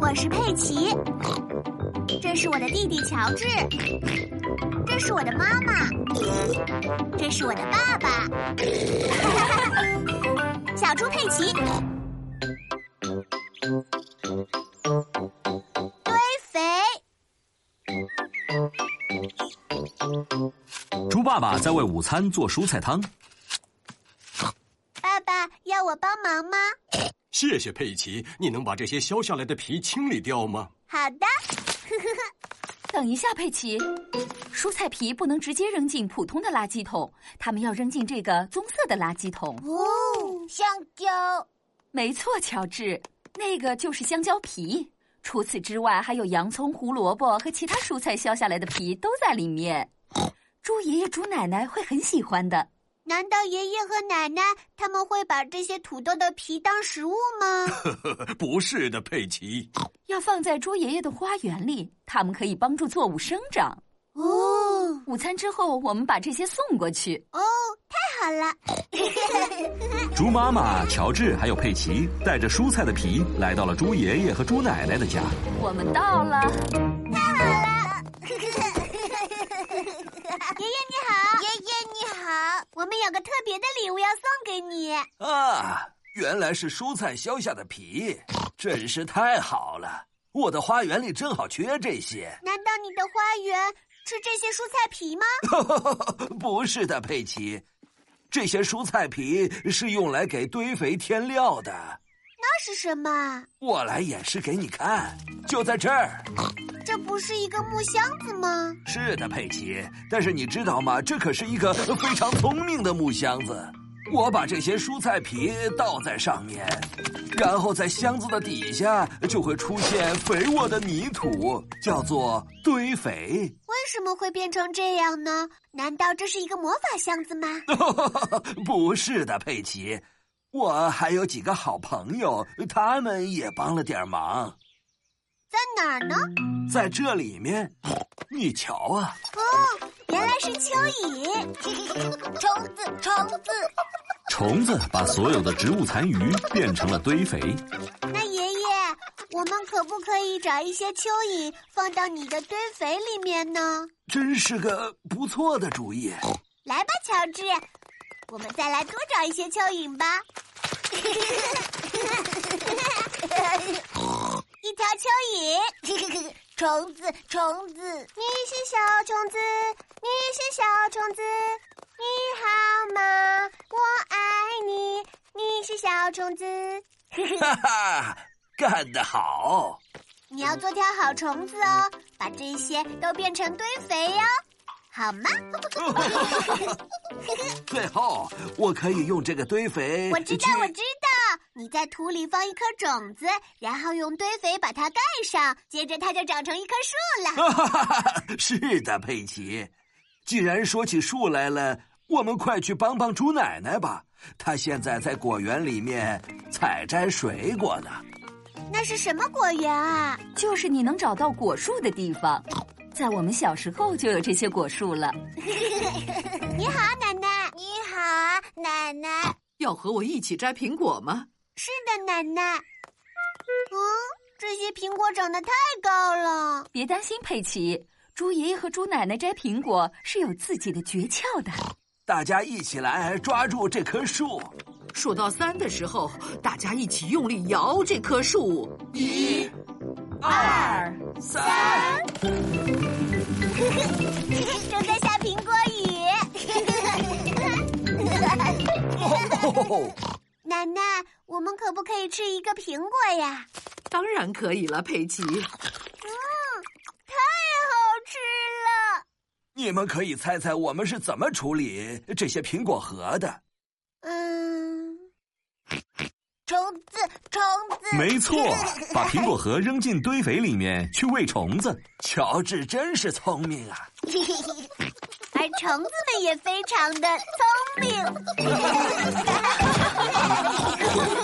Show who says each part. Speaker 1: 我是佩奇，这是我的弟弟乔治，这是我的妈妈，这是我的爸 爸，小猪佩奇。堆肥。
Speaker 2: 猪爸爸在为午餐做蔬菜汤。
Speaker 1: 爸爸要我帮忙吗？
Speaker 3: 谢谢佩奇，你能把这些削下来的皮清理掉 吗？
Speaker 1: 好的。
Speaker 4: 等一下，佩奇，蔬菜皮不能直接扔进普通的垃圾桶，他们要扔进这个棕色的垃圾桶。
Speaker 5: 哦，香蕉。
Speaker 4: 没错，乔治，那个就是香蕉皮。除此之外，还有洋葱、胡萝卜和其他蔬菜削下来的皮都在里面。猪爷爷、猪奶奶会很喜欢的。
Speaker 5: 难道爷爷和奶奶他们会把这些土豆的皮当食物吗？
Speaker 3: 不是的，佩奇。
Speaker 4: 要放在猪爷爷的花园里，它们可以帮助作物生长。
Speaker 5: 哦，
Speaker 4: 午餐之后我们把这些送过去。
Speaker 5: 哦，太好了！
Speaker 2: 猪妈妈、乔治还有佩奇带着蔬菜的皮来到了猪爷爷和猪奶奶的家。
Speaker 4: 我们到了，
Speaker 5: 太好了！爷爷你好，
Speaker 1: 爷爷你好，
Speaker 5: 我们有个特别的礼物要送给你
Speaker 6: 啊！原来是蔬菜削下的皮，真是太好了！我的花园里正好缺这些。
Speaker 5: 难道你的花园吃这些蔬菜皮吗？
Speaker 6: 不是的，佩奇，这些蔬菜皮是用来给堆肥添料的。
Speaker 5: 那是什么？
Speaker 6: 我来演示给你看，就在这儿。
Speaker 5: 这不是一个木箱子吗？
Speaker 6: 是的，佩奇。但是你知道吗？这可是一个非常聪明的木箱子。我把这些蔬菜皮倒在上面，然后在箱子的底下就会出现肥沃的泥土，叫做堆肥。
Speaker 5: 为什么会变成这样呢？难道这是一个魔法箱子吗？
Speaker 6: 不是的，佩奇。我还有几个好朋友，他们也帮了点忙。
Speaker 5: 在哪儿呢？
Speaker 6: 在这里面，你瞧啊！
Speaker 5: 哦，原来是蚯蚓、
Speaker 1: 虫子、虫子。
Speaker 2: 虫子把所有的植物残余变成了堆肥。
Speaker 5: 那爷爷，我们可不可以找一些蚯蚓放到你的堆肥里面呢？
Speaker 6: 真是个不错的主意。
Speaker 5: 来吧，乔治，我们再来多找一些蚯蚓 吧。一条蚯蚓，
Speaker 1: 虫子，虫子，
Speaker 5: 你是小虫子，你是小虫子，你好吗？我爱你，你是小虫子。
Speaker 6: 哈哈，干得好！
Speaker 5: 你要做条好虫子哦，把这些都变成堆肥哟、哦，好 吗？
Speaker 6: 最后，我可以用这个堆 肥。
Speaker 5: 我知道，我知道。你在土里放一颗种子，然后用堆肥把它盖上，接着它就长成一棵树
Speaker 6: 啊 了。是的，佩奇。既然说起树来了，我们快去帮帮猪奶奶吧。她现在在果园里面采摘水果呢。
Speaker 5: 那是什么果园啊？
Speaker 4: 就是你能找到果树的地方。在我们小时候就有这些果树了。
Speaker 5: 你好，奶奶。
Speaker 1: 你好啊，奶奶。
Speaker 7: 要和我一起摘苹果吗？
Speaker 5: 是的，奶奶。嗯，这些苹果长得太高了。
Speaker 4: 别担心，佩奇，猪爷爷和猪奶奶摘苹果是有自己的诀窍的。
Speaker 6: 大家一起来抓住这棵树，
Speaker 7: 数到三的时候，大家一起用力摇这棵树。
Speaker 8: 一、二、
Speaker 6: 三。
Speaker 5: 正在下苹果雨。
Speaker 6: 哦
Speaker 5: 哦 奶奶，我们可不可以吃一个苹果呀？
Speaker 7: 当然可以了，佩奇。嗯，太
Speaker 5: 好吃了！
Speaker 6: 你们可以猜猜我们是怎么处理这些苹果核的？
Speaker 5: 嗯，
Speaker 1: 虫子，虫子。
Speaker 2: 没错，把苹果核扔进堆肥里面去喂虫子。
Speaker 6: 乔治真是聪明啊！
Speaker 5: 而虫子 们也非常的聪明。